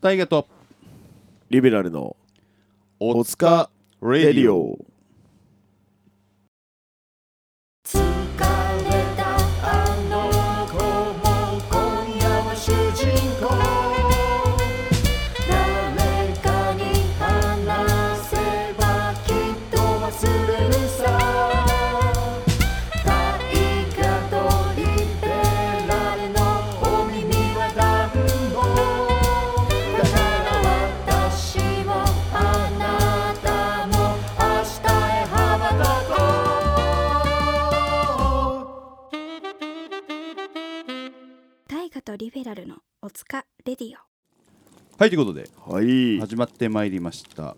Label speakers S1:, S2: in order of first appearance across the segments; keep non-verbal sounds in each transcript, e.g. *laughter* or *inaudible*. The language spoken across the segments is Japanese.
S1: 大イと
S2: リベラルの
S1: お
S2: おつかレディオ
S3: 疲れたあの子も今夜は主人公誰かに話せばきっと忘れるさ大河とリベラルのお耳は暖房だから私もあなたも明日へ羽ばたこう
S4: 大河とリベラルのおつかレディオ
S1: はいということで
S2: はい
S1: 始まってまいりました、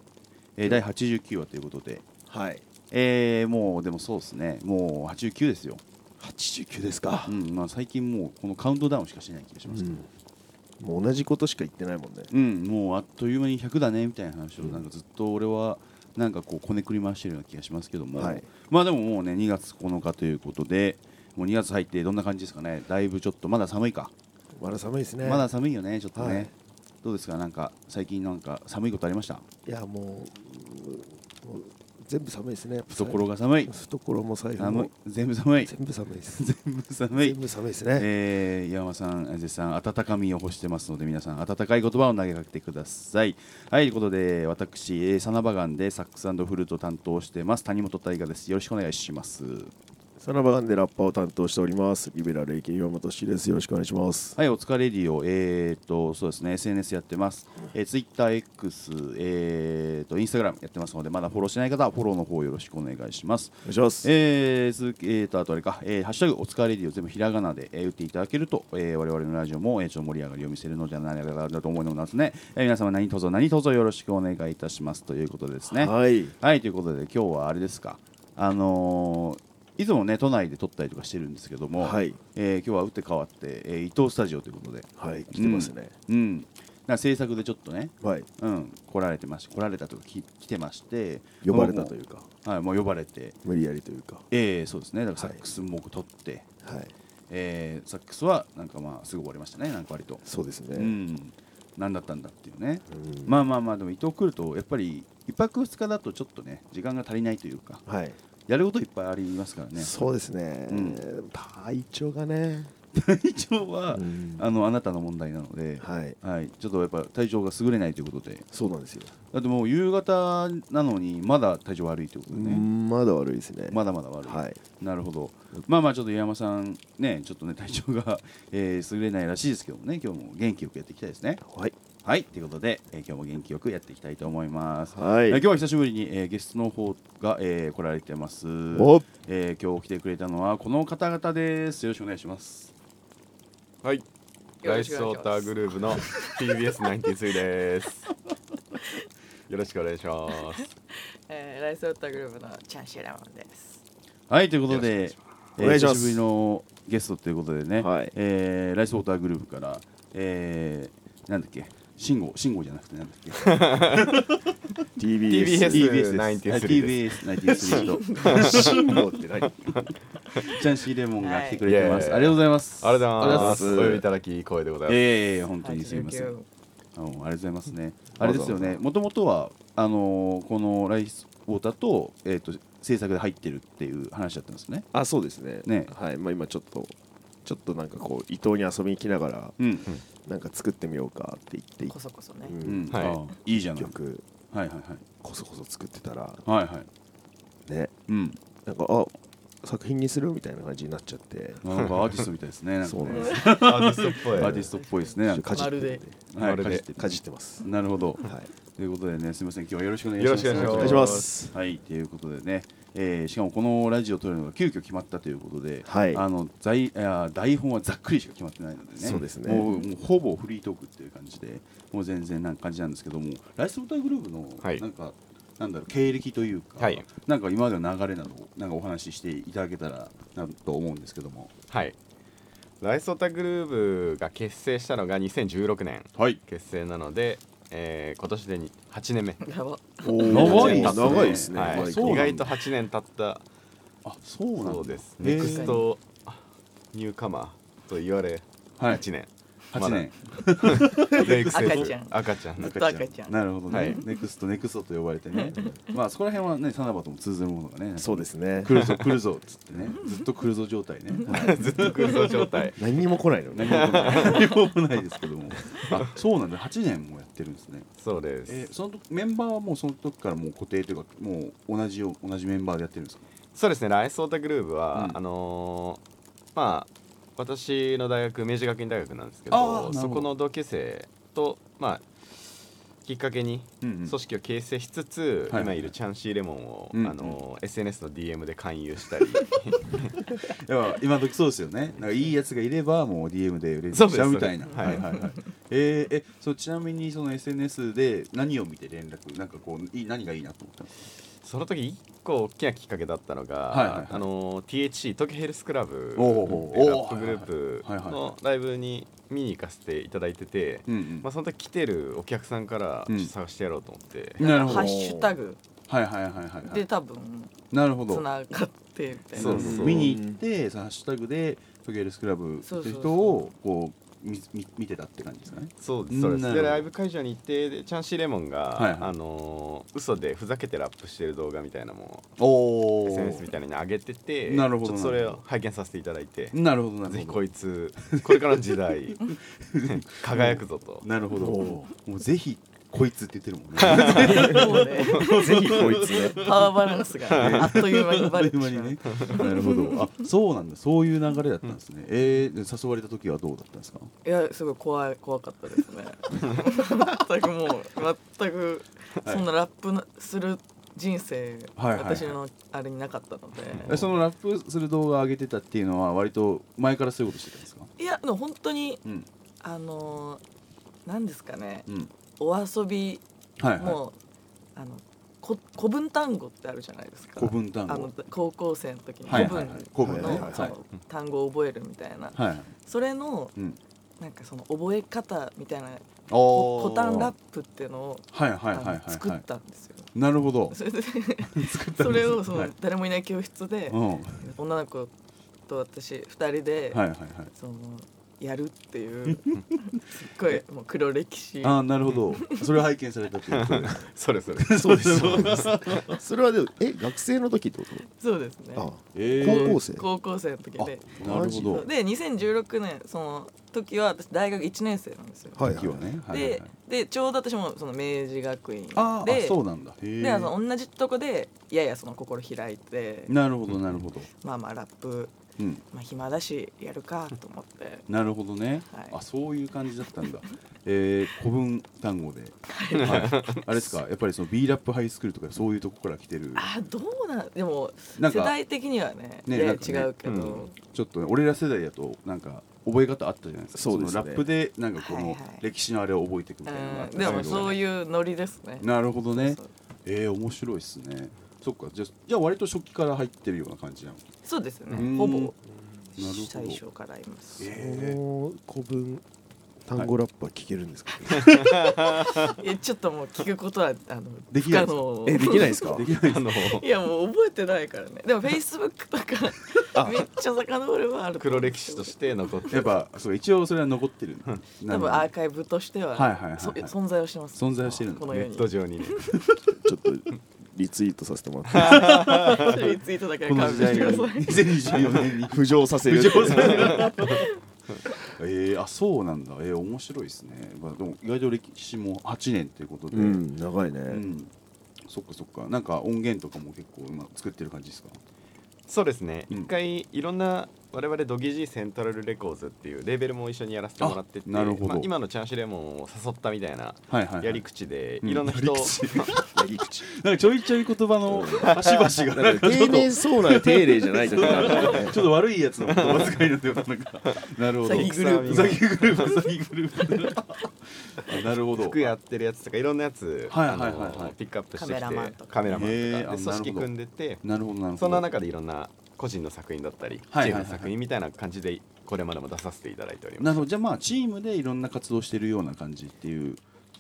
S1: えー、第89話ということで、
S2: はい
S1: えー、もうでもそうですねもう89ですよ、
S2: 89ですか
S1: う、んまあ、最近もうこのカウントダウンしかしてない気がしますけど、
S2: もう同じことしか言ってないもんね
S1: うんもうあっという間に100だねみたいな話をなんかずっと俺はなんかこうこねくり回してるような気がしますけども、
S2: はい
S1: まあでももうね2月9日ということでもう2月入ってどんな感じですかねだいぶちょっとまだ寒いか、
S5: まだ寒いですね。
S1: まだ寒いよねちょっとね、
S5: はい
S1: どうですかなんか最近なんか寒いことありました
S5: いやもうもう全部寒いですね。
S1: 懐が寒い
S5: 懐も財布
S1: 寒
S5: も
S1: い全部寒い
S5: 全部寒いです。
S1: 全部寒い
S5: 全部寒いですね。
S1: えー、岩間さん、絶賛温かみを欲してますので皆さん温かい言葉を投げかけてください。はいということで私えーサナバガンでサックスフルートを担当してます谷本大我です。よろしくお願いします。
S2: サナバガンでラッパーを担当しておりますリベラル AK 岩本氏ですよろしくお願いします
S1: はいお疲れディオえー、っとそうですね SNS やってます。えー、Twitter X えー、っと Instagram やってますのでまだフォローしてない方はフォローの方よろしくお願いします。
S2: お願いします
S1: えー、続きえー、とあとあれか、えーハッシュタグおつかれディオ全部ひらがなで、えー打っていただけると、えー、我々のラジオも、えー、ちょっと盛り上がりを見せるのではないかなと思いますね、えー皆様何卒何卒よろしくお願いいたしますということですねはい、
S2: はい
S1: ということで今日はあれですかあのーいつもね都内で撮ったりとかしてるんですけども、
S2: はい
S1: えー今日は打って変わって、えー伊藤スタジオということで
S2: はい来てますね、
S1: うん、うん、だから制作でちょっとね
S2: はい
S1: うん来られてまし来られたというかき来てまして
S2: 呼ばれたというか
S1: はいもう呼ばれて
S2: 無理やりというか
S1: ええそうですねだからサ
S2: はい
S1: ックスも僕取って、
S2: はい
S1: えーサックスはなんかまあすぐ終わりましたねなんか割と
S2: そうですね、
S1: うん何だったんだっていうね、まあまあまあでも伊藤来るとやっぱり一泊二日だとちょっとね時間が足りないというか
S2: はい、
S1: やることいっぱいありますから
S2: *laughs*
S1: ね
S5: そうですね
S1: うん。
S5: 体調がね。
S1: *laughs* 体調は、
S2: うん
S1: あのあなたの問題なので、
S2: はい
S1: はい、ちょっとやっぱ体調が優れないということで
S2: そうなんですよ、
S1: だってもう夕方なのにまだ体調悪いということでね、
S2: まだ悪いですね
S1: まだまだ悪い、
S2: はい
S1: なるほどまあまあちょっと岩山さんねちょっとね体調が、 *laughs* えー優れないらしいですけどもね今日も元気よくやっていきたいですね
S2: はい
S1: はいということで、えー今日も元気よくやっていきたいと思います、
S2: はい
S1: えー今日は久しぶりに、えーゲストの方が、えー来られてます
S2: お
S1: えー今日来てくれたのはこの方々ですよろしくお願いします
S6: はい。
S7: よ
S6: ラ
S7: ろ
S6: イ
S7: しく
S6: ス
S7: お願
S6: ウ
S7: い
S6: ォ
S7: します
S6: ーターグループの TBS93 です。よろしくお願いします。
S7: えー、ライスウォッターグループのチャンシーラモンです。
S1: はいということで
S2: お願いしま
S1: えー久
S2: す
S1: しぶりのゲストということでね、
S2: はい
S1: えーライスウォーターグループから、えーなんだっけ信号信号じゃなくてなんだっけ
S2: TBS
S6: TBS
S1: TBS です。
S6: 93
S1: TBS93 と
S2: 信号って何
S1: チャンシーレモンが来てくれてます。
S6: はい
S1: ありがとうございます。
S6: ありがとうござ
S2: ありがとうご
S6: います。
S2: ざいます
S6: お呼びいただき光栄でございます。
S1: ええ本当にすみません。あ
S7: 89
S1: のありがとうございますね。あれですよね。もともとはあのーこのライスウォーターとえっ、と制作で入ってるっていう話だったんですね。
S2: あそうですね
S1: ね
S2: はいまあ、今ちょっとちょっとなんかこう伊藤に遊びに来ながら
S1: うん。
S2: なんか作ってみようかって言っ
S7: こ
S2: て、
S7: そこそね
S2: う。
S1: うんん。
S6: はい
S1: あいいじゃない。
S2: 曲
S1: はいはいは
S2: こそこそ作ってたら
S1: い。はいはい。
S2: ね
S1: うん。
S2: なんかあ作品にするみたいな感じになっちゃって
S1: なんかアーティストみたいですね。なんか
S2: そうなん
S1: ね
S2: です
S6: アーティストっぽい。
S1: アーティストっぽいですね。なんか
S2: かじって
S7: まるで
S1: はい
S6: まるで
S1: かじってる
S2: かじってます
S1: なるほど。
S2: はい
S1: ということでね、すみません。今日はよろしくお願いし
S6: よ
S1: ます。
S6: ろしくお願
S2: お願い
S6: いします。
S2: します
S1: はい、ということでね、えーしかもこのラジオ撮るのが急遽決まったということで、
S2: はい
S1: あの在いや台本はざっくりしか決まってないのでね、
S2: そうですね
S1: もうもうほぼフリートークっていう感じで、もう全然なんか感じなんですけども、ライスボターグループの、
S6: はい
S1: なんか、なんだろう、経歴というか、
S6: はい
S1: なんか今までの流れなどを、なんかお話ししていただけたらなと思うんですけども。
S6: はい。ライスウォーターグループが結成したのが2016年
S1: はい
S6: 結成なので、えー今年でに8年目。
S7: やば。
S1: 長いですね
S2: 長いですね、
S6: はい。
S2: 意
S6: 意
S1: そうなんだ
S6: 外と8年経った
S1: あそうなんだ
S6: そうです。
S1: へー
S6: ネクストニューカマーと言われ
S1: はい
S6: 1年。
S1: 8年、
S6: 全育成中
S7: 赤ちゃん
S6: 赤ちゃん
S7: ずっと赤ちゃん。
S1: なるほどね、
S6: はい
S1: ネクストネクストと呼ばれて *laughs* ねまあそこら辺はねサナバとも通ずるものがね
S2: そうですね
S1: 来るぞ来るぞっつってねずっと来るぞ状態ね、はい
S6: ずっと空想状態
S2: 何にも来ないのね
S1: 何もない何もないですけど *laughs* もあそうなんだ8年もやってるんですね
S6: そうです、
S1: えーその時メンバーはもうその時からもう固定というかもう同じよ同じメンバーでやってるんですか
S6: そうですねライスオータグルーヴは、
S1: うん
S6: あのーまあ私の大学明治学院大学なんですけ
S1: あーなるほ
S6: ど
S1: ど
S6: そこの同級生とまあきっかけに
S1: うんうん
S6: 組織を形成しつつ、
S1: はいはいは
S6: 今
S1: い
S6: いるチャンシーレモンを、
S1: うんうん
S6: あのー SNS の DM で勧誘
S1: *laughs*
S6: したり
S1: やっぱ今時そうですよねなんかいいやつがいればもう DM で連絡
S6: そ
S1: し
S6: うです
S1: ちゃうみたいな
S6: そうです
S1: はいはいはいえー、えそうちなみにその SNS で何を見て連絡なんかこういい何がいいなと思ったんですか
S6: その時一個大きなきっかけだったのが、
S1: はいはいはい
S6: あのー THC 東京ヘルスクラブ
S1: おうおう
S6: ってい
S1: おう
S6: うラップグループ
S1: はいはいはいはい
S6: のライブに見に行かせていただいてて、
S1: うんうん
S6: まあ、その時来てるお客さんから
S1: うん
S6: ちょっと探してやろうと思って、
S1: なるほど
S7: ハッシュタグ
S1: はいはいはいはいは
S7: で
S1: い
S7: 多分
S1: なるほど
S7: つながってみたい
S1: そ
S7: な
S1: うそう
S6: そう
S1: 見に行ってそのハッシュタグでトゲールスクラブっていう人をこうみみ見てたって感じですかね
S6: そうで
S1: うん
S6: すそうで
S1: な
S6: す
S1: るほ
S6: で
S1: ど
S6: ライブ会場に行ってでチャンシーレモンが、
S1: はいはい
S6: あのー嘘でふざけてラップしてる動画みたいなのも
S1: お
S6: SNS みたいなのに上げてて
S1: なるほど
S6: ちょっとそれを拝見させていただいて、
S1: なるほどなるほど
S6: ぜひこいつこれからの
S1: *laughs*
S6: 時代輝くぞと。
S1: なるほどもうぜひこいつって言ってるもんね
S7: そうね
S2: ぜひこいつね
S7: パワーバランスがあっという間にバレてしまう、
S1: ね。なるほど。あ、そうなんだ。そういう流れだったんですね。えーで誘われた時はどうだったんですか。
S7: いやすごい怖い怖かったですね全くもう全くそんなラップのする人生、
S1: はいはいはい
S7: 私のあれになかったので、
S1: えそのラップする動画上げてたっていうのは割と前からそういうことしてたんですか。
S7: いやでも本当に
S1: うん
S7: あの何ですかね
S1: うん。
S7: お遊び
S1: はいはい。
S7: もうあのこ古文単語ってあるじゃないですか
S1: 古文単
S7: あ
S1: 語
S7: の。高校生の時に
S1: はい
S7: 古
S1: はい
S7: 文
S1: はい。古文ね。
S2: は
S1: はい
S2: はい
S7: のそ
S1: はい
S7: の単語を覚えるみたいな、
S1: はい。
S7: それの
S1: うん。
S7: なんかその覚え方みたいな
S1: お
S7: こ古典ラッ
S1: プ。
S7: プっていうのを、
S1: はいはい
S7: あ
S1: は
S7: の
S1: いはい。
S7: 作ったん
S1: *laughs*
S7: ですよ。
S1: なるほど。
S7: それで
S1: 作ったん
S7: *laughs* そ
S1: です
S7: れをその、
S1: はい
S7: 誰もいない教室で
S1: うん。はい
S7: 女の子と私2人で、
S1: はいはい。
S7: そのやるっていう
S1: *laughs*
S7: すっごいもう黒歴史
S1: あーなるほど。それを拝見されたと
S7: *laughs*
S1: いうことで。
S6: それそれ
S1: *laughs* そう
S6: *laughs*
S1: です。そうです。
S2: それはでもえ学生の時ってこ
S7: そうですね
S2: とあ
S1: え
S2: 高
S1: ー
S2: 校生
S7: 高校生の時で
S1: あなるほ
S7: そ
S1: ど
S7: う。で2016年その時は私大学1年生なんですよ、
S2: はい
S1: 時はね。はいはいは
S7: で
S1: い
S7: でちょうど私もその明治学院で
S1: あーあ、そうなんだ。へー
S7: であの同じとこでややその心開いて
S1: なるほどなるほど。
S7: まあまあラップ、
S1: うん。
S7: まあ、暇だしやるかと思って
S1: なるほどね。
S7: はい
S1: あそういう感じだったんだ。えー、古文単語で。はい、あれですか。やっぱりその B ラップハイスクールとかそういうとこから来てる。
S7: あどうなんでも
S1: なん
S7: 世
S1: か
S7: 代的にはね
S1: ね
S7: いや
S1: なんかね
S7: 違うけど、
S6: うん
S1: ちょっとね俺ら世代だとなんか覚え方あったじゃないですか。
S2: そうですね
S1: のラップでなんかこ
S7: はい
S1: の
S7: はい
S1: 歴史のあれを覚えていくみたいなのがあっ
S7: う
S1: たん
S7: ん
S1: で
S7: です
S1: けど
S7: もそういうノリですね。
S1: なるほどね。
S7: そうそう
S1: えー、面白いですね。そっかじゃあじゃあ割と初期から入ってるような感じなの。
S7: そうですね
S1: うん。
S7: ほぼ
S1: なるほど
S7: 最初からいます。い
S1: えー
S2: の古文単語ラップは聞けるんですか、
S7: やちょっともう聞くことはあの
S1: できない
S7: 不可能
S2: えできないですか
S1: できない
S6: あの
S7: いやもう覚えてないからね。でもフェイスブックとかめっちゃ遡るはある。
S6: 黒歴史と
S7: て。
S6: して残って
S1: やっぱそう一応それは残ってる。な
S7: 多
S1: るほ
S7: 分
S1: ど
S7: アーカイブとしては
S1: はいはいはいはい
S7: そ存在をしてます。
S1: 存在はしてるんだ
S7: この
S6: ネ
S7: よう
S6: ッ
S7: に。
S6: ト上にね
S2: ちょっとリツイートさせてもらっ *laughs*
S7: リツイートだけ
S1: この
S7: は勘
S1: 時
S7: 弁し
S1: 代
S7: て
S1: が
S7: ください。
S1: 2024年に
S7: *laughs*
S2: て浮上させ
S1: 浮
S2: る
S1: 上される *laughs* えー、あそうなんだえー、面白いですね、まあ、でも意外と歴史も8年ということで、
S2: う、ん長いね、
S1: うんそっかそっかなんか音源とかも結構今作ってる感じですか
S6: そうですね
S1: うん
S6: 一回いろんな我々ドギジーセントラルレコーズっていうレーベルも一緒にやらせてもらってて
S1: あなるほど
S6: まあ、今のチャンシレモンを誘ったみたいな
S1: はいはい、
S6: やり口で
S1: うん
S6: いろんな人を、
S1: やり
S6: *laughs*
S1: 口なんかちょいちょい言葉の端々がなんかちょ
S2: 丁
S1: っと
S2: 寧そうな丁寧じゃないとか
S1: *laughs* ちょっと悪いやつの言葉遣いなんだよなんかなるほど
S7: 詐
S6: *laughs*
S7: 欺グループ
S1: 詐欺グループ詐欺グループあなるほど
S6: 服やってるやつとかいろんなやつ、
S1: はいはい
S6: あの
S1: はいはい
S6: ピックアップしてきて
S7: カメラマンとか
S6: カメラマンとか
S1: へ
S6: で
S1: ーあ
S6: 組
S1: なるほど
S6: 織組んでて
S1: なるほどなるほど
S6: その中でいろんな個人の作品だったり、
S1: はいはいはい
S6: チームの作品みたいな感じでこれまでも出させていただいており
S1: な
S6: ま
S1: る
S6: す
S1: ほどじゃあまあチームでいろんな活動してるような感じっていう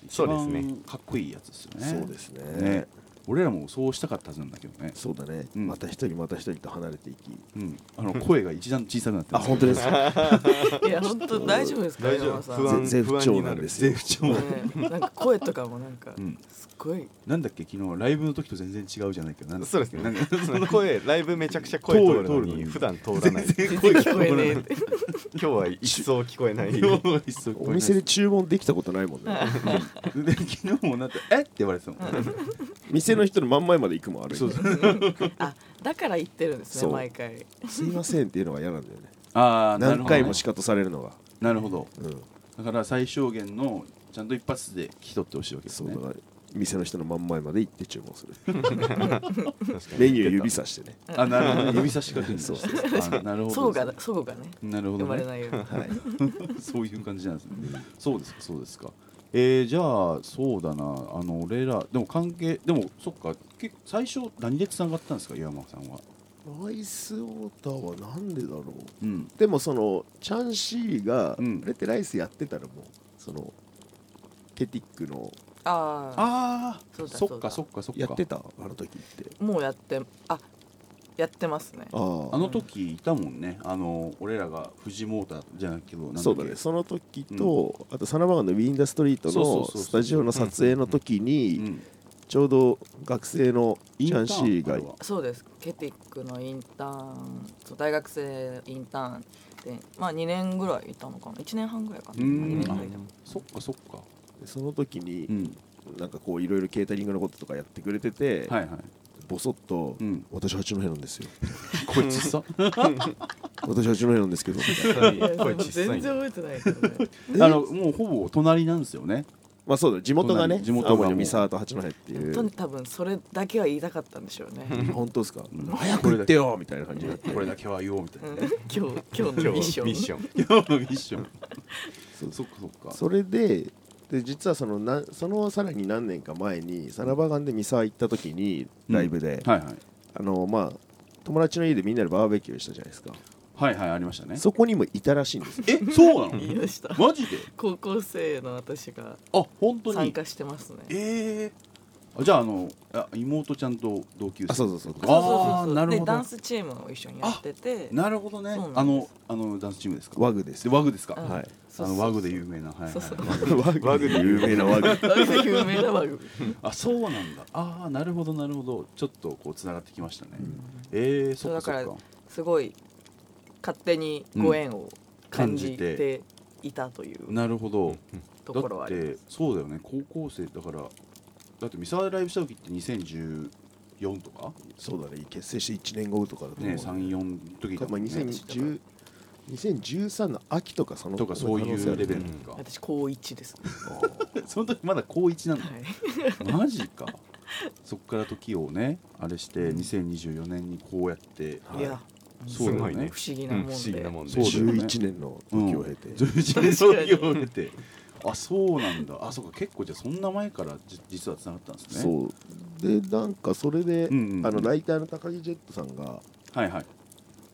S6: そうですね
S1: 一番かっこいいやつですよね
S2: そうですね
S1: ね俺らもそうしたかったはずなんだけどね、
S2: そうだね、
S1: うん
S2: また一人また一人と離れていき
S1: うん、あの声が一段小さくなって
S2: あ本当
S1: *laughs*
S2: ですか
S7: いや本当大丈夫ですか
S6: 大丈夫
S7: 山さん
S6: 不安
S2: 全然不調なんですよ
S7: ねなんか声とかもなんか
S1: うん
S7: すっごい
S1: なんだっけ昨日ライブの時と全然違うじゃないけどなんだっけ
S6: そうです
S1: な
S6: ね
S1: んか。
S6: その声ライブめちゃくちゃ声通
S1: 通
S6: るの
S1: る通るのに
S6: に普段通らない。
S7: 全然聞こえねえって
S6: 今日は一層聞こえ
S1: *laughs*
S6: ない。
S2: お店で注文できたことないもんね
S1: で昨日もなって「えっ?」て言われてたもんね
S2: 店の人の真ん前まで行くもんある
S1: そうそう
S7: あだから言ってるんです
S2: そ
S7: ね
S2: う
S7: 毎回
S2: すいませんっていうのが嫌なんだよね
S1: ああ
S2: 何回も仕方されるのが、
S1: なるほど
S2: うん、
S1: だから最小限のちゃんと一発で聞き取ってほしいわけです
S2: そう
S1: ね
S2: だから店の人の真ん前まで行って注文する *laughs*
S6: 確かに
S2: メニュー指さしてね
S1: あなるほど指差し確認そうあなるほど
S7: そうがそうがね
S1: なるほ
S7: 生
S1: ど
S7: まれ
S1: ね
S7: ないように
S1: *laughs* そういう感じなんですねそうですかそうですかえー、じゃあそうだなあの俺らでも関係でもそっか結構最初何でつながったんですか岩間さんは
S2: ライスオーダーはなんでだろう
S1: うん
S2: でもそのチャンシーが、
S1: うん
S2: あれってライスやってたらもうそのテティックの
S7: ああ
S1: ああ
S7: そうだ
S1: そ
S7: そ
S1: っ
S7: う
S1: か
S7: だ
S1: そっかそっか
S2: やってたあの時って
S7: もうやってあやってますね
S2: あ
S1: あの時いたもんねあの俺らが富士モーターじゃなくてどなんだっけ
S2: そうだねその時と、あとサナバガンのウィンダーストリート
S1: そうそう
S2: の
S1: そうそう
S2: スタジオの撮影の時
S1: う
S2: に
S1: ん
S2: ちょうど学生のチ
S1: インタ
S2: ャ
S1: ーン
S2: ンシー
S1: あ
S2: が
S1: れは
S7: そうですケティックのインターンそう大学生インターンでまあ2年ぐらいいたのかな1年半ぐらいか
S1: う
S7: なまあ二
S1: ん
S7: 年ぐらいでも
S1: そっかそっか
S2: その時
S1: う
S2: に
S1: ん
S2: なんかこういろいろケータリングのこととかやってくれてて、 *laughs*
S1: はいはい
S2: ボソッと、
S1: うん
S2: 私八戸なんですよ *laughs*
S1: こいつさ
S2: 私八戸なんですけど」みたいな
S7: いやでも
S6: 声小さ
S7: 全
S6: い
S7: 然。覚えてないけどね
S1: *laughs* あのもうほぼ隣なんですよね
S2: まあそうだ地元がね
S1: 地元が
S2: 青
S1: もう
S2: 森の三沢と八戸って
S7: で
S2: い
S7: も
S2: う
S7: とに多分それだけは言いたかったんでしょうね
S2: 本当ですか、
S1: ん
S2: 早く言ってよみたいな感じになって
S1: これだけは言おうみたい
S7: うん
S1: な
S7: 今日今日の
S6: 今日
S7: ミッション
S6: ミッション。
S1: 今 *laughs* 日のミッション
S2: そう
S1: そっかそっか
S2: それでで実はそのなそのさらに何年か前にサラバガンで三沢行った時に
S1: うん
S2: ライブで、
S1: はいはい
S2: あのまあ友達の家でみんなでバーベキューしたじゃないですか
S1: はいはいありましたね
S2: そこにもいたらしいんですよ
S1: えそうなの
S7: 言いました
S1: マジで
S7: 高校生の私が
S1: あ本当
S7: 参
S1: に
S7: 加してますね
S1: ええあじゃああのあ妹ちゃんと同級生
S2: あそうそうそう
S1: あーなるほど
S7: でダンスチームを一緒にやってて
S1: なるほどね
S7: そうな
S1: あ
S7: んで
S1: の
S7: す
S1: あのダンスチームですか
S2: ワグです
S1: で
S2: よ
S1: ワグですか、
S7: うん
S2: はい
S1: あ
S7: そうそう
S1: のワグで有名な、はいはい
S7: そうそう
S2: ワグワグで有名なワグ
S7: ワグで有名なワグ
S1: あそうなんだああなるほどなるほどちょっとこうつながってきましたね、えー、そっか
S7: そうだから
S1: そっか
S7: すごい勝手にご縁を感じ
S1: 感じ
S7: ていたという
S1: なるほど
S7: ところ
S1: だ
S7: は
S1: っ
S7: あります
S1: てそうだよね高校生だからだってミサワライブした時って2014とか
S2: そうだね結成して1年後とかだと思う
S1: ね34の時だ
S2: か
S1: も
S2: まあ
S1: んね
S2: 2010 2013の秋とかその
S1: とかそういうレベルか、
S7: 私高一です、
S1: その時まだ高一なんだ
S7: はい、
S1: マジ
S7: *laughs*
S1: かそっから時をねあれして2024年にこうやって、
S7: いや
S1: そうだよ
S6: すごい
S1: ね
S6: ね
S7: 不思議
S6: うん
S7: なもん
S6: 不
S7: で、
S6: 思議なもんで。
S1: そうだよね
S2: 11年の時を経て、
S1: 11年創業を経てあそうなんだあそうか結構じゃあそんな前からじ実はつながったんですね
S2: そうでなんかそれで、
S1: うんうんうん
S2: あのライターの高木ジェットさんが
S1: はいはい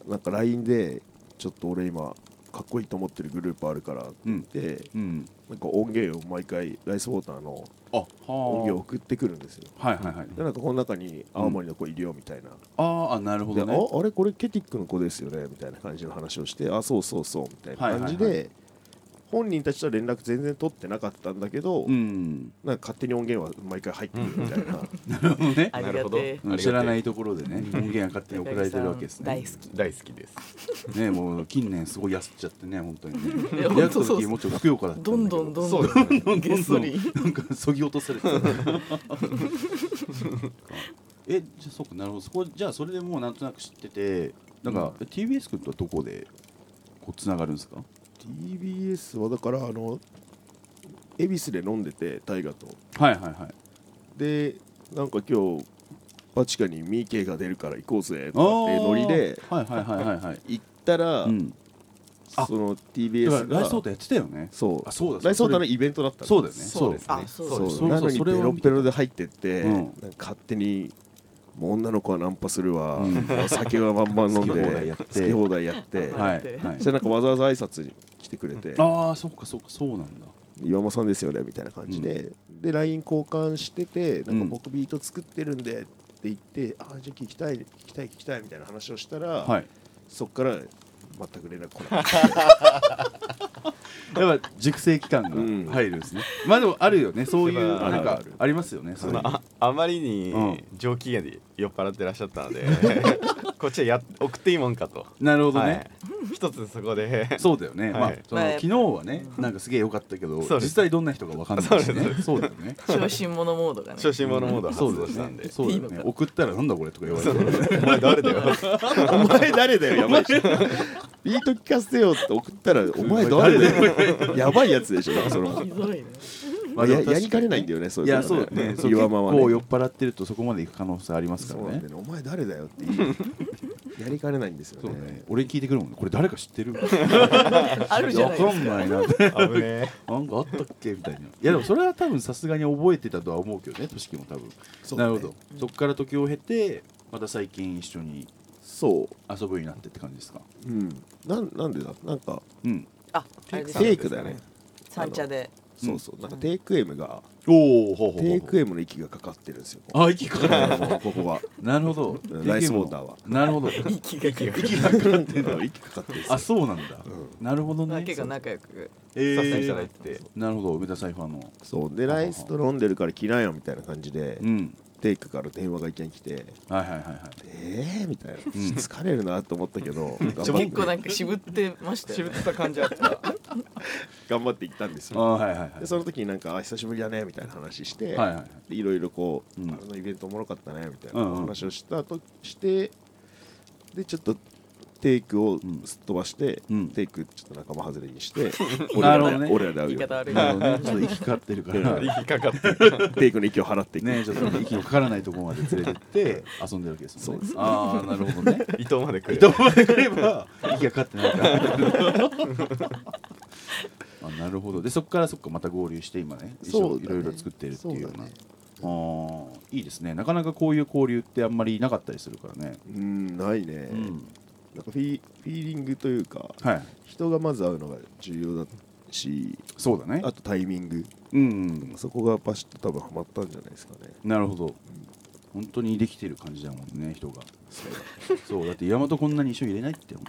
S2: なんか LINE でちょっと俺今かっこいいと思ってるグループあるからって
S1: う
S2: 言っ
S1: ん
S2: て、
S1: うん
S2: なんか音源を毎回ライスウォーターの
S1: あはあ
S2: 音源を送ってくるんですよ
S1: はいはいはい
S2: でなんかこの中に青森の子いるよみたいな、
S1: あーあなるほ
S2: で
S1: どね
S2: ああれこれケティックの子ですよねみたいな感じの話をしてあそうそうそうみたいな感じで、
S1: はいは
S2: 本人たちとは連絡全然取ってなかったんだけど、
S1: うん
S2: なんか勝手に音源は毎回入ってくるみたいな、
S1: なるほどね
S7: あり
S6: なる
S7: が
S6: ほど
S7: てえ
S1: うん知らないところでね音源が勝手に送られてるわけです
S7: 大
S1: ね
S7: 好き
S6: 大好きです。
S1: ねもう近年すごい痩せちゃってね本当にね
S7: *laughs* いや
S1: 出会った
S7: 本当そう
S1: 時もうちょっとふくよかだった
S7: どんどん
S1: ん
S7: どん
S6: そ
S7: ど
S6: うですね。
S7: んげっそり
S1: どんなんかそぎ落とされてた *laughs* えじゃあそうかなるほどそこじゃあそれでもうなんとなく知っててなんか、TBS 君とはどこでこうつながるんですか
S2: TBS はだからあの恵比寿で飲んでて大河と
S1: はいはいはい
S2: でなんか今日バチカにミーケが出るから行こうぜと
S1: あ
S2: かっ
S1: ー
S2: てノリで
S1: はいはいはいはいはい
S2: 行ったら、
S1: うんあ
S2: その
S1: だから
S2: TBS が
S1: ライソータやってたよね
S2: そう
S1: あそうだ
S2: ライソータの
S1: それ
S2: イベントだったんです
S1: そうだよね
S6: そうですね。
S7: あそう
S2: そう
S1: そう
S2: なの
S1: そ
S2: に
S1: れ
S2: ペ
S1: は
S2: ロペロで入ってって、
S1: うん
S2: なんか勝手にもう女の子はナンパするわ、
S1: うん
S2: お酒はバンバン飲ん
S1: 好き放題
S2: で
S1: やって
S2: 好き放題やって
S1: はい
S7: はい
S1: はい
S2: そしたらなんかわざわざ挨拶に来てくれて
S1: ああそっかそっかそうなんだ
S2: 岩間さんですよねみたいな感じで、で LINE 交換しててなんか僕ビート作ってるんでって言って、あーじゃあ聞きたい聞きたい聞きたいみたいな話をしたら、
S1: はい
S2: そっから全く連絡来
S1: *laughs*
S2: ない
S1: やっぱ熟成期間
S2: うん
S1: が入るんですね、まあでもあるよねそういう
S6: まあ
S1: なん
S2: あるあ
S1: か
S2: る
S1: ありますよねそういう
S6: まあ、ああまりに
S1: う
S6: 上機嫌で酔っ払ってらっしゃったの *laughs* でこっちはや送っていいもんかと、
S1: なるほどね、
S6: はい、一つそこで
S1: *laughs* そうだよね、
S6: はい
S1: まあその
S7: まあ
S1: 昨日はねなんかすげえ良かったけど
S6: そう
S1: 実
S6: です
S1: 際どんな人かわかんないし
S6: そうで
S1: ねそうだよね
S7: 小心者モードがね
S6: 初心者モードを
S1: そう
S6: 発
S1: だよ
S6: 動したんで
S1: ねそうだよね送ったらなんだこれとか言われ
S6: そう
S1: て
S6: お前誰だよ
S2: お前誰だよやばいしビート聞かせてよって送ったらお前誰だよやばいやつでしょなんかその
S7: ひどいね
S2: まあ、ややりかねないんだよねそう
S1: い
S2: いうの
S1: や
S2: は
S1: そうだよねそう
S2: 岩
S1: 結
S2: 間はね
S1: 構酔っ払ってるとそこまで行く可能性ありますか
S2: そ
S1: ら
S2: うな
S1: ね
S2: んだよねお前誰だよっていうやりかねないんですよ
S1: そう
S2: ね
S1: だね俺に聞いてくるもんねこれ誰か知ってるわ
S7: *laughs* あるじゃないで
S1: か
S7: す
S1: ん
S7: か
S1: ないなって
S6: 危 *laughs* ね
S1: なんかあったっけみたいないやでもそれは多分さすがに覚えてたとは思うけどねとしきも多分
S2: そうだ
S1: な
S2: ね
S1: るほどそっから時を経てまた最近一緒に
S2: そ
S1: 遊ぶようになってって感じですか
S2: ううんなんなんでだなんか
S1: うん
S7: ああれです
S2: テイクだね
S7: 三茶で
S2: そうそうなんかテイク M が
S1: おおほうほう
S2: テイク M の息がかかってるんですよ
S1: あ息かかる
S2: ここは
S1: なるほど
S2: うんライスウォーターは
S1: なる
S6: *laughs*
S1: ほど
S7: 息がかかる
S1: 息がかかってんだ
S2: 息かかってるんですよ
S1: あそうなんだなるほどね
S7: だけが仲良く
S1: えー
S6: えさせていただいて
S1: なるほど梅田サイファーの
S2: そうでライスと飲んでるから着なよみたいな感じで
S1: うん
S2: テイクから電話がいきなり来て
S1: はいはいはいはい
S2: えーみたいな疲れるなと思ったけど頑張って
S7: 結構なんか渋ってましたよね
S6: た感じあった
S2: 頑張って行ったんです
S1: あー
S2: よ
S1: はいはいはい
S2: でその時になんかあ久しぶりだねみたいな話し
S1: は
S2: て
S1: いはいはい
S2: でいろいろこう、
S1: うん
S2: あのイベントおもろかったねみたい
S1: うんうん
S2: な話をしたとしてでちょっとテイクをすっ飛ばして、
S1: うん
S2: テイクちょっと仲間外れに *laughs* して、
S1: なる
S2: 俺
S1: ほ
S2: ら
S1: どね
S2: 俺らで会
S7: 言
S2: う
S7: い
S2: よ
S7: 方悪い
S1: なるほ
S6: *laughs*
S1: どねちょっと息かかってるから
S6: 息かかって
S2: テイクの息を払っていく、
S1: ねちょっと息のかからないところまで連れてって遊んでるわけですもんね
S2: そう
S1: ああなるほど
S2: *laughs*
S1: ね
S6: 伊藤まで来る
S1: どこまで来れば息がかかってないから
S2: *laughs*
S1: あなるほどでそこからそっかまた合流して今ね一
S2: そ
S1: 緒
S2: うだね
S1: いろいろ作ってるっていうような
S2: そうだね
S1: あーいいですねなかなかこういう交流ってあんまりなかったりするからね
S2: うんないね、
S1: うん
S2: なんかフィフィーリングというか
S1: はい
S2: 人がまず会うのが重要だし
S1: そうだね
S2: あとタイミング
S1: うんうん
S2: そこがバシッと多分ハマったんじゃないですかね
S1: なるほど本当にできてる感じだもんね人 *laughs* がそうだって山とこんなに一緒に入れないって本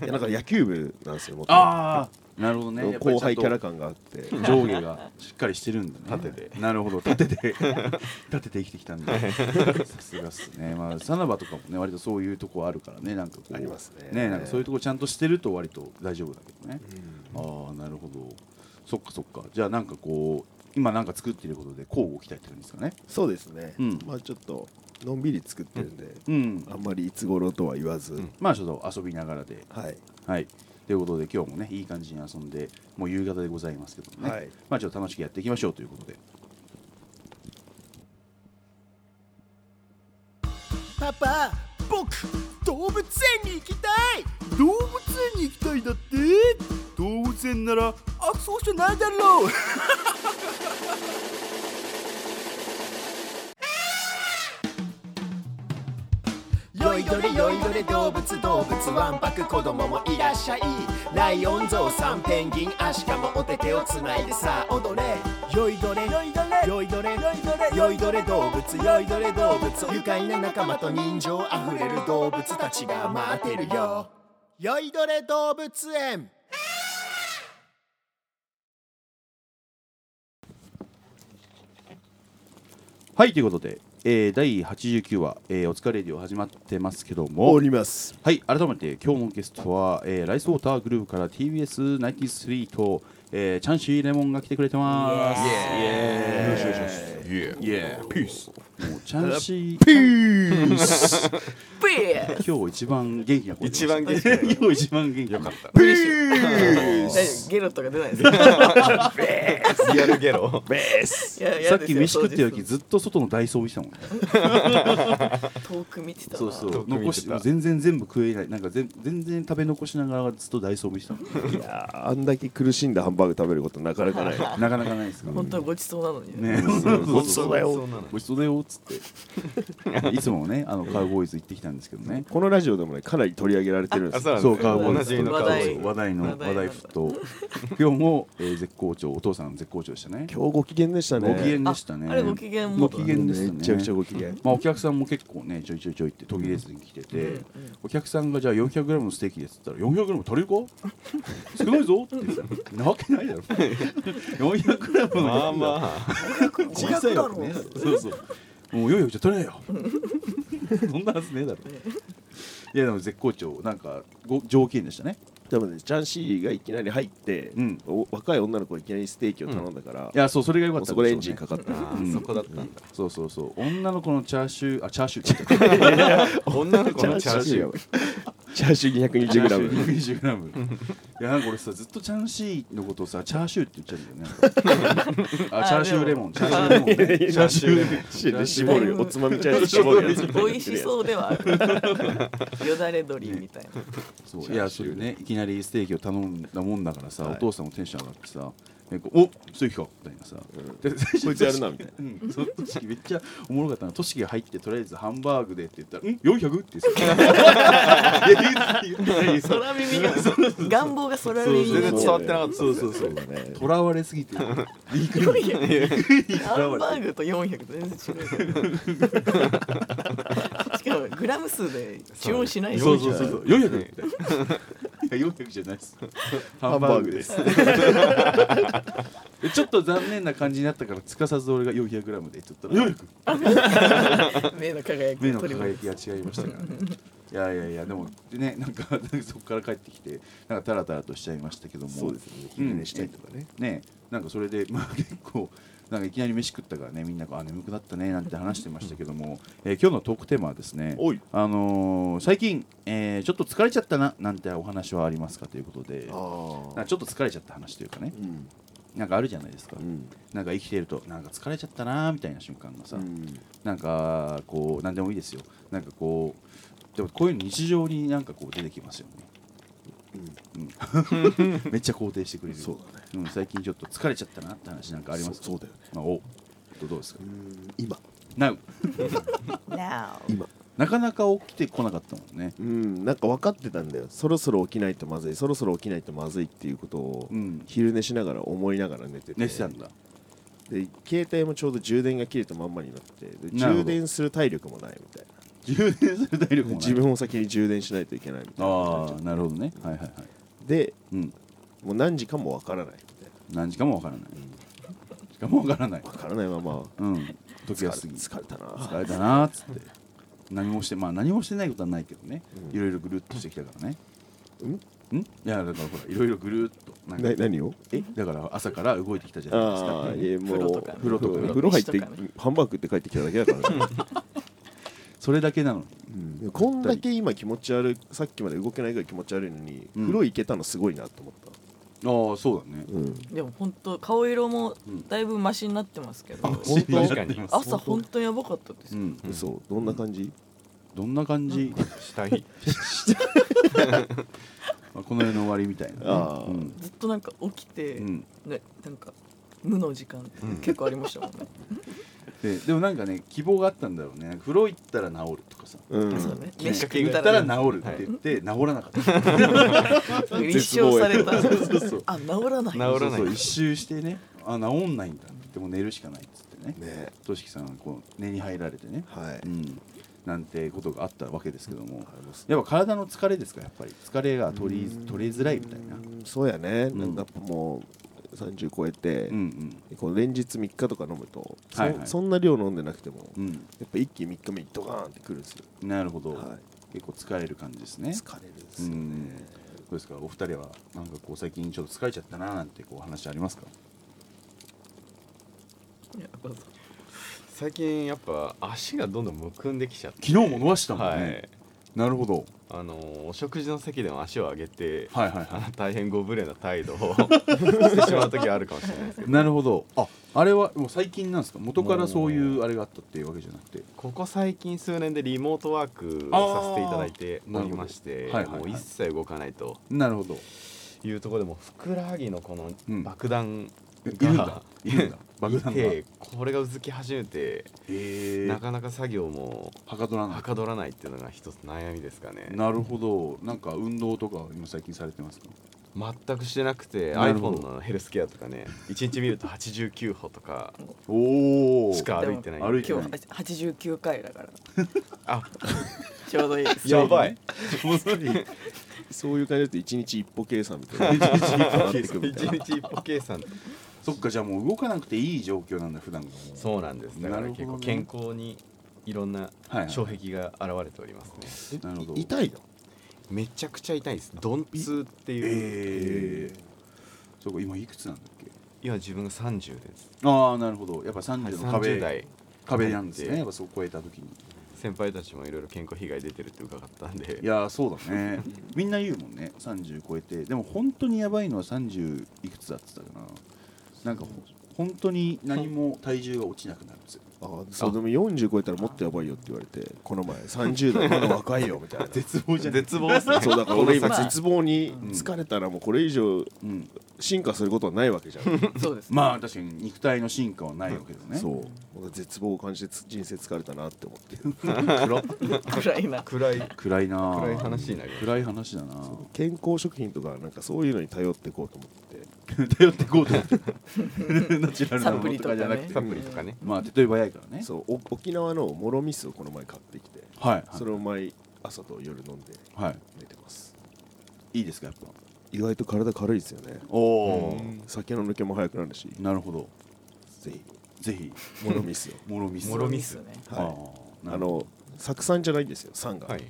S2: いやなんか野球部なんですよもっ
S1: 当ああなるほどねやっぱり
S2: 後
S1: ちゃん
S2: 輩
S1: と
S2: キャラ感があって
S1: 上下がしっかりしてるんだね
S6: 縦で
S1: なるほど縦で縦で生きてきたんでさすがっすねまあさらばとかもね割とそういうとこあるからねなんかこう
S2: ありますね
S1: なんかそういうとこちゃんとしてると割と大丈夫だけどね、ああなるほどそっかそっかじゃあなんかこう今なんか作っていることで交互期待って感じですかね
S2: そうですね、
S1: うん
S2: まあちょっとのんびり作ってるんで、
S1: うん
S2: あんまりいつ頃とは言わず、
S1: まあちょっと遊びながらで
S2: はい
S1: はいということで今日もねいい感じに遊んでもう夕方でございますけどもね、
S2: はい
S1: まあちょっと楽しくやっていきましょうということで
S8: パパ僕動物園に行きたい動物園に行きたいだって動物園ならあそうじゃないだろうよいどれよいどれ動物動物わんぱく子供もいらっしゃいライオンゾウさんペンギンアシカもお手手をつないでさあ踊れよいどれよいどれよいどれよいどれ動物よいどれ動物愉快な仲間と人情あふれる動物たちが待ってるよよいどれ動物園
S1: はいということで、えー第89話、えーお疲れレディオ」始まってますけど
S2: お
S1: も
S2: ります
S1: はい改めて今日のゲストは、えーライスウォーターグループから TBS93 と、えーチャンシーレモンが来てくれてますイエーイイエーイピースもうチャンシーピ *laughs* ース
S7: ピー
S1: 今日一番元気な声出ました
S6: 一番元気な
S1: *laughs*
S6: 声
S1: 今日一番元気よかった
S7: 嬉しい大丈夫ゲロとか出ないですか
S6: リアルゲロ
S7: いやいや
S1: さっき
S7: ですよ
S1: 飯食ってる
S7: 当
S1: 時
S7: 日
S1: ずっと外のダイソー見てたもんね
S7: 遠く見てたな
S1: そうそう
S6: 遠く見てた
S1: 残し全然全部食えないなんか全全然食べ残しながらずっとダイソー見てたもんね
S2: いやーあん
S1: *laughs*
S2: だけ苦しんだハンバーグ食べることなかなかない
S1: なかなかないですから
S7: 本当はごちそうなのにね
S1: ね、そうそうそう
S2: だよ
S6: そうなの
S1: ごちそうだよっつっていつもねあのカウボーイズ行ってきたんですけどね
S2: このラジオでもねかなり取り上げられてるんで
S6: あ
S2: す
S6: そう
S2: よ
S6: なん
S1: そう
S6: です
S1: カウボーイ
S6: 同じのカ
S7: 話
S6: ウボー
S7: 題
S6: イ
S1: 話題の話
S7: 話題
S1: 題沸騰今日も、えー絶好調お父さん絶好調でしたね
S2: 今日ご機嫌でしたね
S1: ご機嫌でしたね
S7: ああれご機嫌も
S1: ご機嫌でしたね
S2: めちゃくちゃご機嫌
S1: まあ、お客さんも結構ねちょいちょいちょいって途切れずに来てて、
S7: うんうん
S1: お客さんがじゃあ 400g のステーキですって言ったら 400g 足りるか少ないぞって言ってなわけないだろ 400g の
S6: まあま
S1: 小さいわけねそうそうもういよいよじゃ取れ
S2: *laughs*
S1: よそんなはずねえだろいやでも絶好調なんかご条件でしたね
S2: でもねジャンシーがいきなり入って
S1: うん
S2: お若い女の子がいきなりステーキを頼んだから
S1: いやそうそれが良かっ
S2: も
S1: た
S2: うそ
S1: ん
S2: こ
S1: で
S2: で
S1: し
S2: エ
S1: ょうね
S2: ンジンかかった
S6: あ、そこだったんだ。
S1: そうそうそう女の子のチャーシューあチャーシューって言っ
S6: 女の子のチャーシュ
S2: チャーシュー
S6: ー。
S1: たチャーシ
S2: 220g
S1: ュー 220g いやなんか俺さずっとチャンシーのことをさチャーシューって言っちゃうんだよね
S2: *laughs*
S1: あチャーシューレモンチャーシューレモンねチャーシューレモン
S2: シーで絞るよおつまみチャーシュー絞るやつ
S7: 美味しそうでは
S1: *laughs*
S7: あるよだれ鶏みたいな
S1: そういやそれねいきなりステーキを頼んだもんだからさ、お父さんもテンション上がってさなんかおステーキかみたいなさ、で
S2: こいつやるなみたいな
S1: うん、そのとしきめっちゃおもろかったなとしきが入ってとりあえずハンバーグでって言ったら「ん 400?」って言ってたいや言う言ってない *laughs* そう
S7: 空耳が願望が空
S1: そう
S7: 耳
S1: 全
S7: にな
S1: 然
S7: っ
S1: 伝
S7: ちゃ
S1: わ
S7: う
S1: ってなかったそうそうそう
S2: ね
S1: とらわれすぎて肉に
S7: ハンバーグと400と全然違うからしかもグラム数で注文しない
S1: そう
S7: し
S1: そうそうそう400っていや400じゃないですハンバーグです *laughs* ちょっと残念な感じになったからつかさず俺が 400g でって言ったら「400!」
S7: 目の輝き
S1: 目の
S7: を取り
S1: 輝
S7: 戻
S1: きが違いましたからね。いやいやいやでもでねなんかそこから帰ってきてなんかタラタラとしちゃいましたけども
S2: そうですね
S1: うん
S2: 昼寝したりとかね
S1: ねなんかそれでまあ結構なんかいきなり飯食ったからねみんながあ眠くなったねなんて話してましたけども、えー今日のトークテーマはですね
S2: おい
S1: あのー最近、えーちょっと疲れちゃったななんてお話はありますかということでなん
S2: あ
S1: かちょっと疲れちゃった話というかね
S2: うん
S1: なんかあるじゃないですか、
S2: うん
S1: なんか生きてるとなんか疲れちゃったなみたいな瞬間がさ、
S2: うん
S1: なんかこう何でもいいですよなんかこうでもこういうの日常になんかこう出てきますよねうん
S2: *laughs*
S1: めっちゃ肯定してくれるそうだ、ねん、最近ちょっと疲れちゃったなって話なんかあります
S2: そそうだよね
S1: まあ、おどどうですか
S2: うん今
S1: Now
S7: す Now
S1: なかなか起きてこなかったもんね
S2: うんなんか分かってたんだよそろそろ起きないとまずいそろそろ起きないとまずいっていうことを
S1: うん
S2: 昼寝しながら思いながら寝てて
S1: 寝てたんだ
S2: で携帯もちょうど充電が切れたまんまになっててで
S1: なるほど
S2: 充電する体力もないみたいな
S1: 充電する体力もない
S2: 自分を先に充電しないといけないみたいな感
S1: あ
S2: じ
S1: あなるほどねはいはいはい
S2: で
S1: うん
S2: もう何時かも分からないみたい
S1: 何時間もわからない時間もわからない
S2: な分からないまま
S1: うん時
S2: 疲れ
S1: が過ぎ
S2: 疲れたな
S1: 疲れたなーっつって何もしてまあ何もしてないことはないけどねいろいろぐるっとしてきたからねんいやだからほらいろいろぐるっとなんか
S2: な何を
S1: えだから朝から動いてきたじゃないです
S2: あ
S1: か
S2: あいえもう
S7: 風呂とかね
S2: 風呂とかね
S1: 風
S2: 風呂入っ
S7: 飯
S2: て
S7: とかね
S2: ハンバーグ食って帰ってきただけだからね
S1: それだけなのに
S2: うんこんだけ今気持ち悪いさっきまで動けないぐらい気持ち悪いのに
S1: うん
S2: 風呂行けたのすごいなと思った
S1: ああそうだね
S2: うん
S7: でも本当顔色もだいぶマシになってますけど、
S2: 本当
S6: 確かに。
S7: 朝本当やばかったです
S1: う
S7: よ、
S1: ん
S2: 嘘どんな感じ
S1: どんな感じ
S6: 下着。
S1: まあこの世の終わりみたいなね
S2: あー
S1: うん
S7: ずっとなんか起きて、
S1: うん
S7: ね、なんか無の時間結構ありましたもんね、
S1: ででもなんかね希望があったんだろうね風呂行ったら治るとかさ
S2: うん
S7: そうね
S1: ね
S7: 飯食
S1: 行
S7: っ
S1: ったたら
S7: ら
S1: 治るって言って治らなか
S2: *laughs*
S1: った
S7: 立証された
S1: そうそう
S7: あ治らない
S6: 治らない
S1: そうそう一周してねあ治んないんだでも寝るしかないっつってね
S2: ね
S1: としきさんはこう寝に入られてね、
S2: はい
S1: うん、なんてことがあったわけですけども
S2: あります
S1: やっぱ体の疲れですかやっぱり疲れが取り取りづらいみたいな
S2: うんそうやね、
S1: ん
S2: なんかもう30超えて、
S1: うん
S2: こう連日3日とか飲むと、そ
S1: はいはい
S2: そんな量飲んでなくても、
S1: う
S2: や
S1: ん
S2: っぱ一気に3日目にドカーンってくるんですよ、
S1: うんなるほど、
S2: は
S1: 結構疲れる感じですね
S2: い、疲れるんです
S1: う
S2: よね、
S1: んどうですかお二人はなんかこう最近ちょっと疲れちゃったななんてこう話ありますか
S7: いやどうぞ
S6: 最近やっぱ足がどんどんむくんできちゃって。
S1: 昨日も伸ばしたもん
S6: は
S1: ね、
S6: い。
S1: なるほど
S6: あのーお食事の席でも足を上げて、
S1: はいはい
S6: あ
S1: は
S6: の大変ご無礼な態度
S1: *laughs*
S6: をしてしまう時はあるかもしれないですけ
S1: い
S6: ど
S1: なるほどああれはもう最近なんですか元からそういうあれがあったっていうわけじゃなくて
S6: ここ最近数年でリモートワークをさせていただいて
S1: あー
S6: おりまして、
S1: なるほどはいはいはい
S6: もう一切動かないと
S1: なるほど
S6: いうところでもふくらはぎのこの
S1: うん
S6: 爆弾
S1: いるんだ
S6: が、
S1: いるんだ爆弾が
S6: いてここれがうずき始めて
S1: え
S6: なかなか作業も
S1: はかどらな
S6: はかどらないっていうのが一つ悩みですかね
S1: なるほどなんか運動とか今最近されてますか
S6: 全くしてなくて
S1: なるほど
S6: iPhone のヘルスケアとかね1日見ると89歩とか
S1: おお
S6: しか歩いてない
S1: 歩いて
S7: 今
S1: な
S7: 日
S1: い
S7: 八十九回だから
S6: あ
S7: ちょうどいいです。
S6: やばい
S2: そういう感じだと一日一歩計算みたいな一日一歩なってくみたい
S6: 1
S2: な
S6: 日一歩計算
S1: そっかじゃあもう動かなくていい状況なんだ普段がもう
S6: そうなんですだか
S1: な
S6: ら
S1: るほど
S6: 結
S1: ね
S6: 構健康にいろんな
S1: はいはい
S6: 障壁が現れておりますね、
S1: なるほど
S2: 痛いの
S6: めちゃくちゃ痛いです鈍痛っていう、
S1: ええそうか今いくつなんだっけ
S6: 今自分が30です
S1: ああなるほどやっぱ30の壁、
S6: 30代
S1: 壁なんです
S6: は
S1: ね
S6: い
S1: やっぱそこを超えた時に
S6: 先輩たちもいろいろ健康被害出てるって伺ったんで
S1: いやーそうだね *laughs* みんな言うもんね30超えてでも本当にやばいのは30いくつだって言ったかななんかほ本当に何も体重が落ちなくなるんですよ
S2: あそうでも40超えたらもっとやばいよって言われてこの前30代まだ若いよみたいな
S1: 絶望じゃん
S6: 絶望ですね
S2: *laughs* そうだから俺今
S7: まあ
S2: 絶望に疲れたらもうこれ以上
S1: うん、
S2: 進化することはないわけじゃん
S7: そうです、ね。
S1: まあ確かに肉体の進化はないわけだね
S2: そう僕は絶望を感じてつ人生疲れたなって思って
S6: 暗
S7: くらいな。
S6: 暗い
S1: 暗いなあ
S6: 暗い話になります
S1: 暗い話だなあ
S2: 健康食品とかなんかそういうのに頼っていこうと思って
S1: *laughs* 頼っていこうと思ってナチュラルな
S7: サ
S1: も
S7: プ
S1: の
S7: リ
S1: と
S7: と
S1: か
S7: か
S1: じゃなく
S7: ね
S1: て、。
S6: サプリとかね
S1: まあ手っ取り早いからね
S2: そうお沖縄のもろみ酢をこの前買ってきて
S1: はい
S2: それを毎朝と夜飲んで
S1: は
S2: 寝てます
S1: いいいですかやっぱ
S2: 意外と体軽いですよね
S1: おお
S2: 酒の抜けも早くなるし
S1: なるほど
S2: ぜひ
S1: ぜひ
S2: もろみ *laughs* 酢を
S1: もろみす
S6: もろみ
S7: すね。
S1: あ
S2: は
S1: ー
S2: い
S1: な
S2: あ
S1: るほ
S2: の酢酸じゃないんですよ酸が、
S6: はい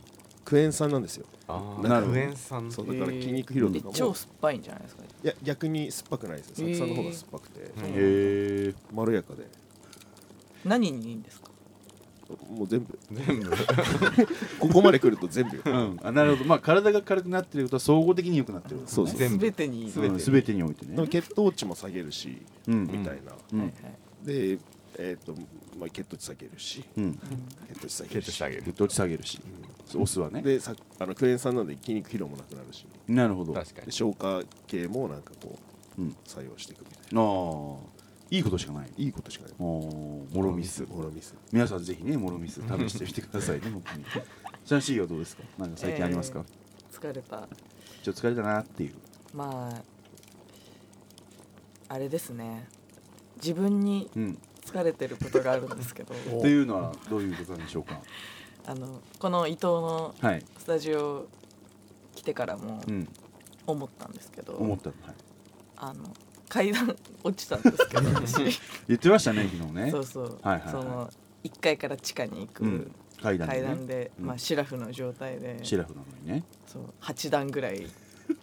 S2: クエン酸なんですど
S6: あ
S1: な
S6: あ
S1: るほど
S6: クエン酸
S2: そう
S7: え
S2: だから
S7: ー
S2: 筋肉疲労と
S7: え
S2: かも、
S7: 超酸っぱいんじゃないですか。
S2: いや逆に酸っぱくないですよ
S7: へー
S2: 酢酸の方が酸っぱくて、
S1: ど
S6: うん
S1: へえ
S2: まろやかで
S7: 何にいいんですか。
S2: もう全部
S6: 全部
S2: ここまで来ると全 *laughs* 部よ
S1: うん、あなるほどまあ体が軽くなってることは総合的に良くなってる
S2: そうそう
S6: 全
S7: す
S6: 部
S7: べてにいい。
S1: すべ、
S7: は
S1: うん、全てにおいて
S2: でも
S1: ね
S2: 血糖値も下げるし、
S1: うん
S2: みたいな、
S1: う
S7: いは
S1: ん
S7: い。
S2: でえっ、と、まあ、血糖値下げるし
S1: うん
S2: 血糖値下げ
S6: ケ
S2: る
S6: ットし
S2: して
S6: あげる
S1: 血糖値下げるし、お酢はね
S2: でさあのクエン酸なんで筋肉疲労もなくなるし
S1: なるほどあ
S6: 確か
S2: で
S6: に
S2: 消化系もなんかこう、
S1: うん
S2: 作用していくみたいな
S1: ーいいことしかない
S2: いいことしかない
S1: おおもろみす
S2: ほらミス
S1: 皆さんぜひねもろみす試してみてくださいね本当にシャンシーはどうですかなんか最近ありますか、
S7: 疲れた。
S1: ちょっと疲れたなっていう
S7: まあ。あれですね。自分に
S1: うん
S7: 疲れてることがあるんですけど。
S1: というのはどういうことなんでしょうか
S7: あの、この伊藤の
S1: はい
S7: スタジオ。来てからも
S1: うん
S7: 思ったんですけど。
S1: 思ったの、はい、
S7: あの。階段 *laughs* 落ちたんですけど。
S1: *laughs*
S7: 私
S1: 言ってましたね昨日ね
S7: そうそう。
S1: はいはいはい
S7: その。一階から地下に行く。
S1: うん階段で、
S7: 階
S1: ね、
S7: 段で、
S1: うん
S7: まあ、シラフの状態で
S1: シラフなのにね
S7: そう8段ぐらい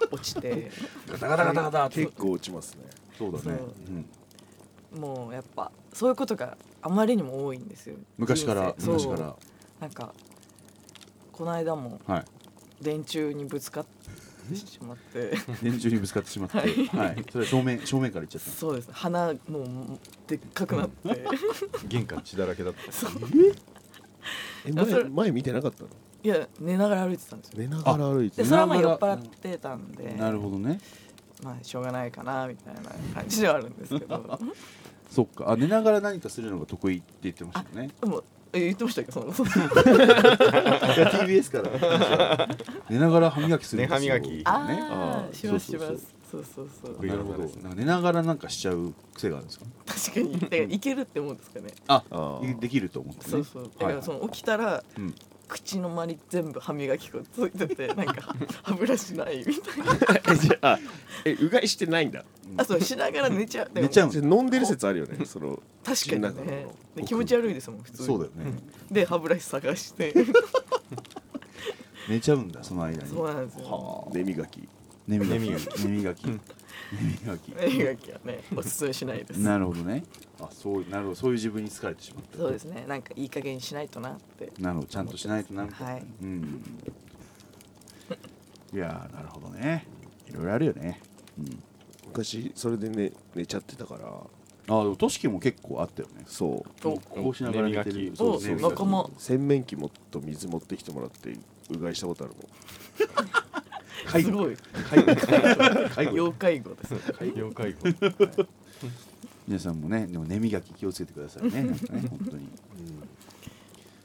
S7: 落ちて *laughs*
S1: ガタガタガタガタって
S2: 結構落ちますね
S1: そうだね
S7: そう
S1: うん
S7: もうやっぱそういうことがあまりにも多いんですよ
S1: 昔から
S7: 人生
S1: 昔
S7: そう
S1: から
S7: なんかこの間も
S1: はい
S7: 電柱にぶつかってしまって
S1: *laughs* 電柱にぶつかってしまってはい、それは正面正面から行っちゃったの
S7: そうです鼻もうでっかくな
S1: *laughs*
S7: って
S6: 玄関血だらけだった
S2: え
S7: あそ
S2: 前
S7: れ
S2: 前見てなかったの
S7: いや寝ながら歩いてたんですよ
S2: 寝ながら歩いて
S1: あ
S7: で
S2: る
S7: それはまあ
S1: 寝な
S7: 酔
S1: がら
S7: っ払ってたんで
S1: なるほどね
S7: まあしょうがないかなみたいな感じではあるんです
S1: *laughs*
S7: けど
S1: そっかあ寝ながら何かするのが得意って言ってましたよね
S7: でもえ言ってました
S1: *laughs*
S7: っけその
S1: いや TBS から寝ながら歯磨きするんですよ
S6: 寝歯磨き
S1: ね
S7: あ
S1: あー
S7: あしま
S1: そ
S7: すし
S1: うそう
S7: ま
S1: そう
S7: すそうそうそう
S1: なるほどなんか寝ながらなんかしちゃう癖があるんですか
S7: 確かにだからいけるって思うんですかね
S1: あ
S2: あー
S1: できると思ってね
S7: そうそうだからその起きたら
S1: うん
S7: 口の周り全部歯磨き粉ついて
S1: *laughs*
S7: てなんか歯ブラシないみたいな
S2: えじゃあ *laughs* えうがいしてないんだ
S7: あそうしながら寝ちゃうでも
S1: 寝ちゃう
S2: じゃあ飲んでる説あるよねその
S7: 確かに
S2: 口の中
S7: ね
S2: の
S7: で気持ち悪いですもん普通に
S1: そうだよね
S7: で歯ブラシ探して
S1: 寝ちゃうんだその間に
S7: そうなんですよ
S1: はあ
S2: 寝磨き
S1: 寝磨き寝磨き寝磨
S7: *laughs*
S1: き
S7: 歯磨きはねおすすめしないです
S1: なるほどねあそうなるほどそういう自分に疲れてしまった
S7: そうですねなんかいい加減にしないとなって
S1: なるほどちゃんとしないとなみたいな、
S7: はい
S1: うんいやーなるほどねいろいろあるよね、うん、
S2: 昔それで寝寝ちゃってたから
S1: ああでもとしきも結構あったよね
S2: そう
S7: お
S1: こうしながら寝て
S6: 寝
S1: る
S6: 磨き
S1: そう
S7: お
S1: 寝磨き
S7: 仲間
S2: 洗面器もっと水持ってきてもらってうがいしたことあるもん
S1: 介
S7: す
S1: 護
S7: ごい
S1: 介護介護
S7: 要介護ですね
S6: 妖怪語
S1: 皆さんもねでも寝磨き気をつけてください *laughs* ねなんかね本当に、うん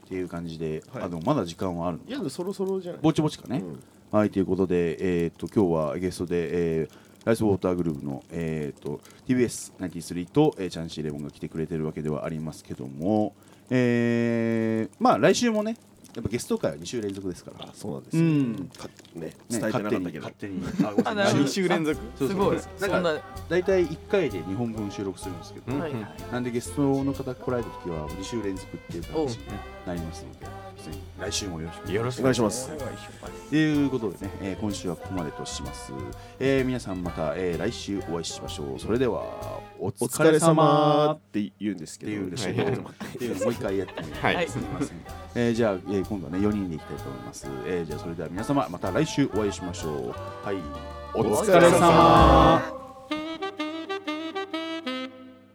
S1: っていう感じで、
S2: はい
S1: あでもまだ時間はあるの
S2: いやでもそろそろじゃない
S1: ぼちぼちかね、
S2: うん
S1: はいということでえーっと今日はゲストで、えーライスウォーターグループの、えー、と TBS93 と、えーチャンシーレモンが来てくれてるわけではありますけども、えーまあ来週もねやっぱゲスト会は2週連続ですから
S2: あそうなんですね
S1: うん
S2: かね
S1: ね
S2: 伝えてなかったけど
S1: 勝手に勝手に
S7: あなるほど
S1: 二週
S7: 連続
S1: そうそう
S7: すごい
S1: な
S7: そ
S1: ん
S7: ん
S1: か
S7: な
S2: *laughs*
S1: 大体1回で2本分収録するんですけど、
S6: うん
S7: はいはい
S1: なんでゲストの方来られた時は2週連続っていう感じになりますのでぜひ来週もよろしく
S6: よろしく
S2: お願いします
S1: ということでね、えー今週はここまでとします、えー皆さんまた、えー来週お会いしましょうそれではお
S2: お
S1: 疲
S2: 疲
S1: れ
S2: れ
S1: 様
S2: 様って言うんです
S1: って
S2: け
S1: い
S2: ど
S1: うんでしょう
S6: はい
S1: っていうのをもう一回やってみます、
S6: はい
S1: すみません、えーじゃあ、えー今度はね4人でいきたいと思います、えーじゃあそれでは皆様また来週お会いしましょうはいお疲れ様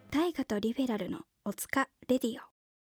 S4: 大河とリベラルのおつかレディオ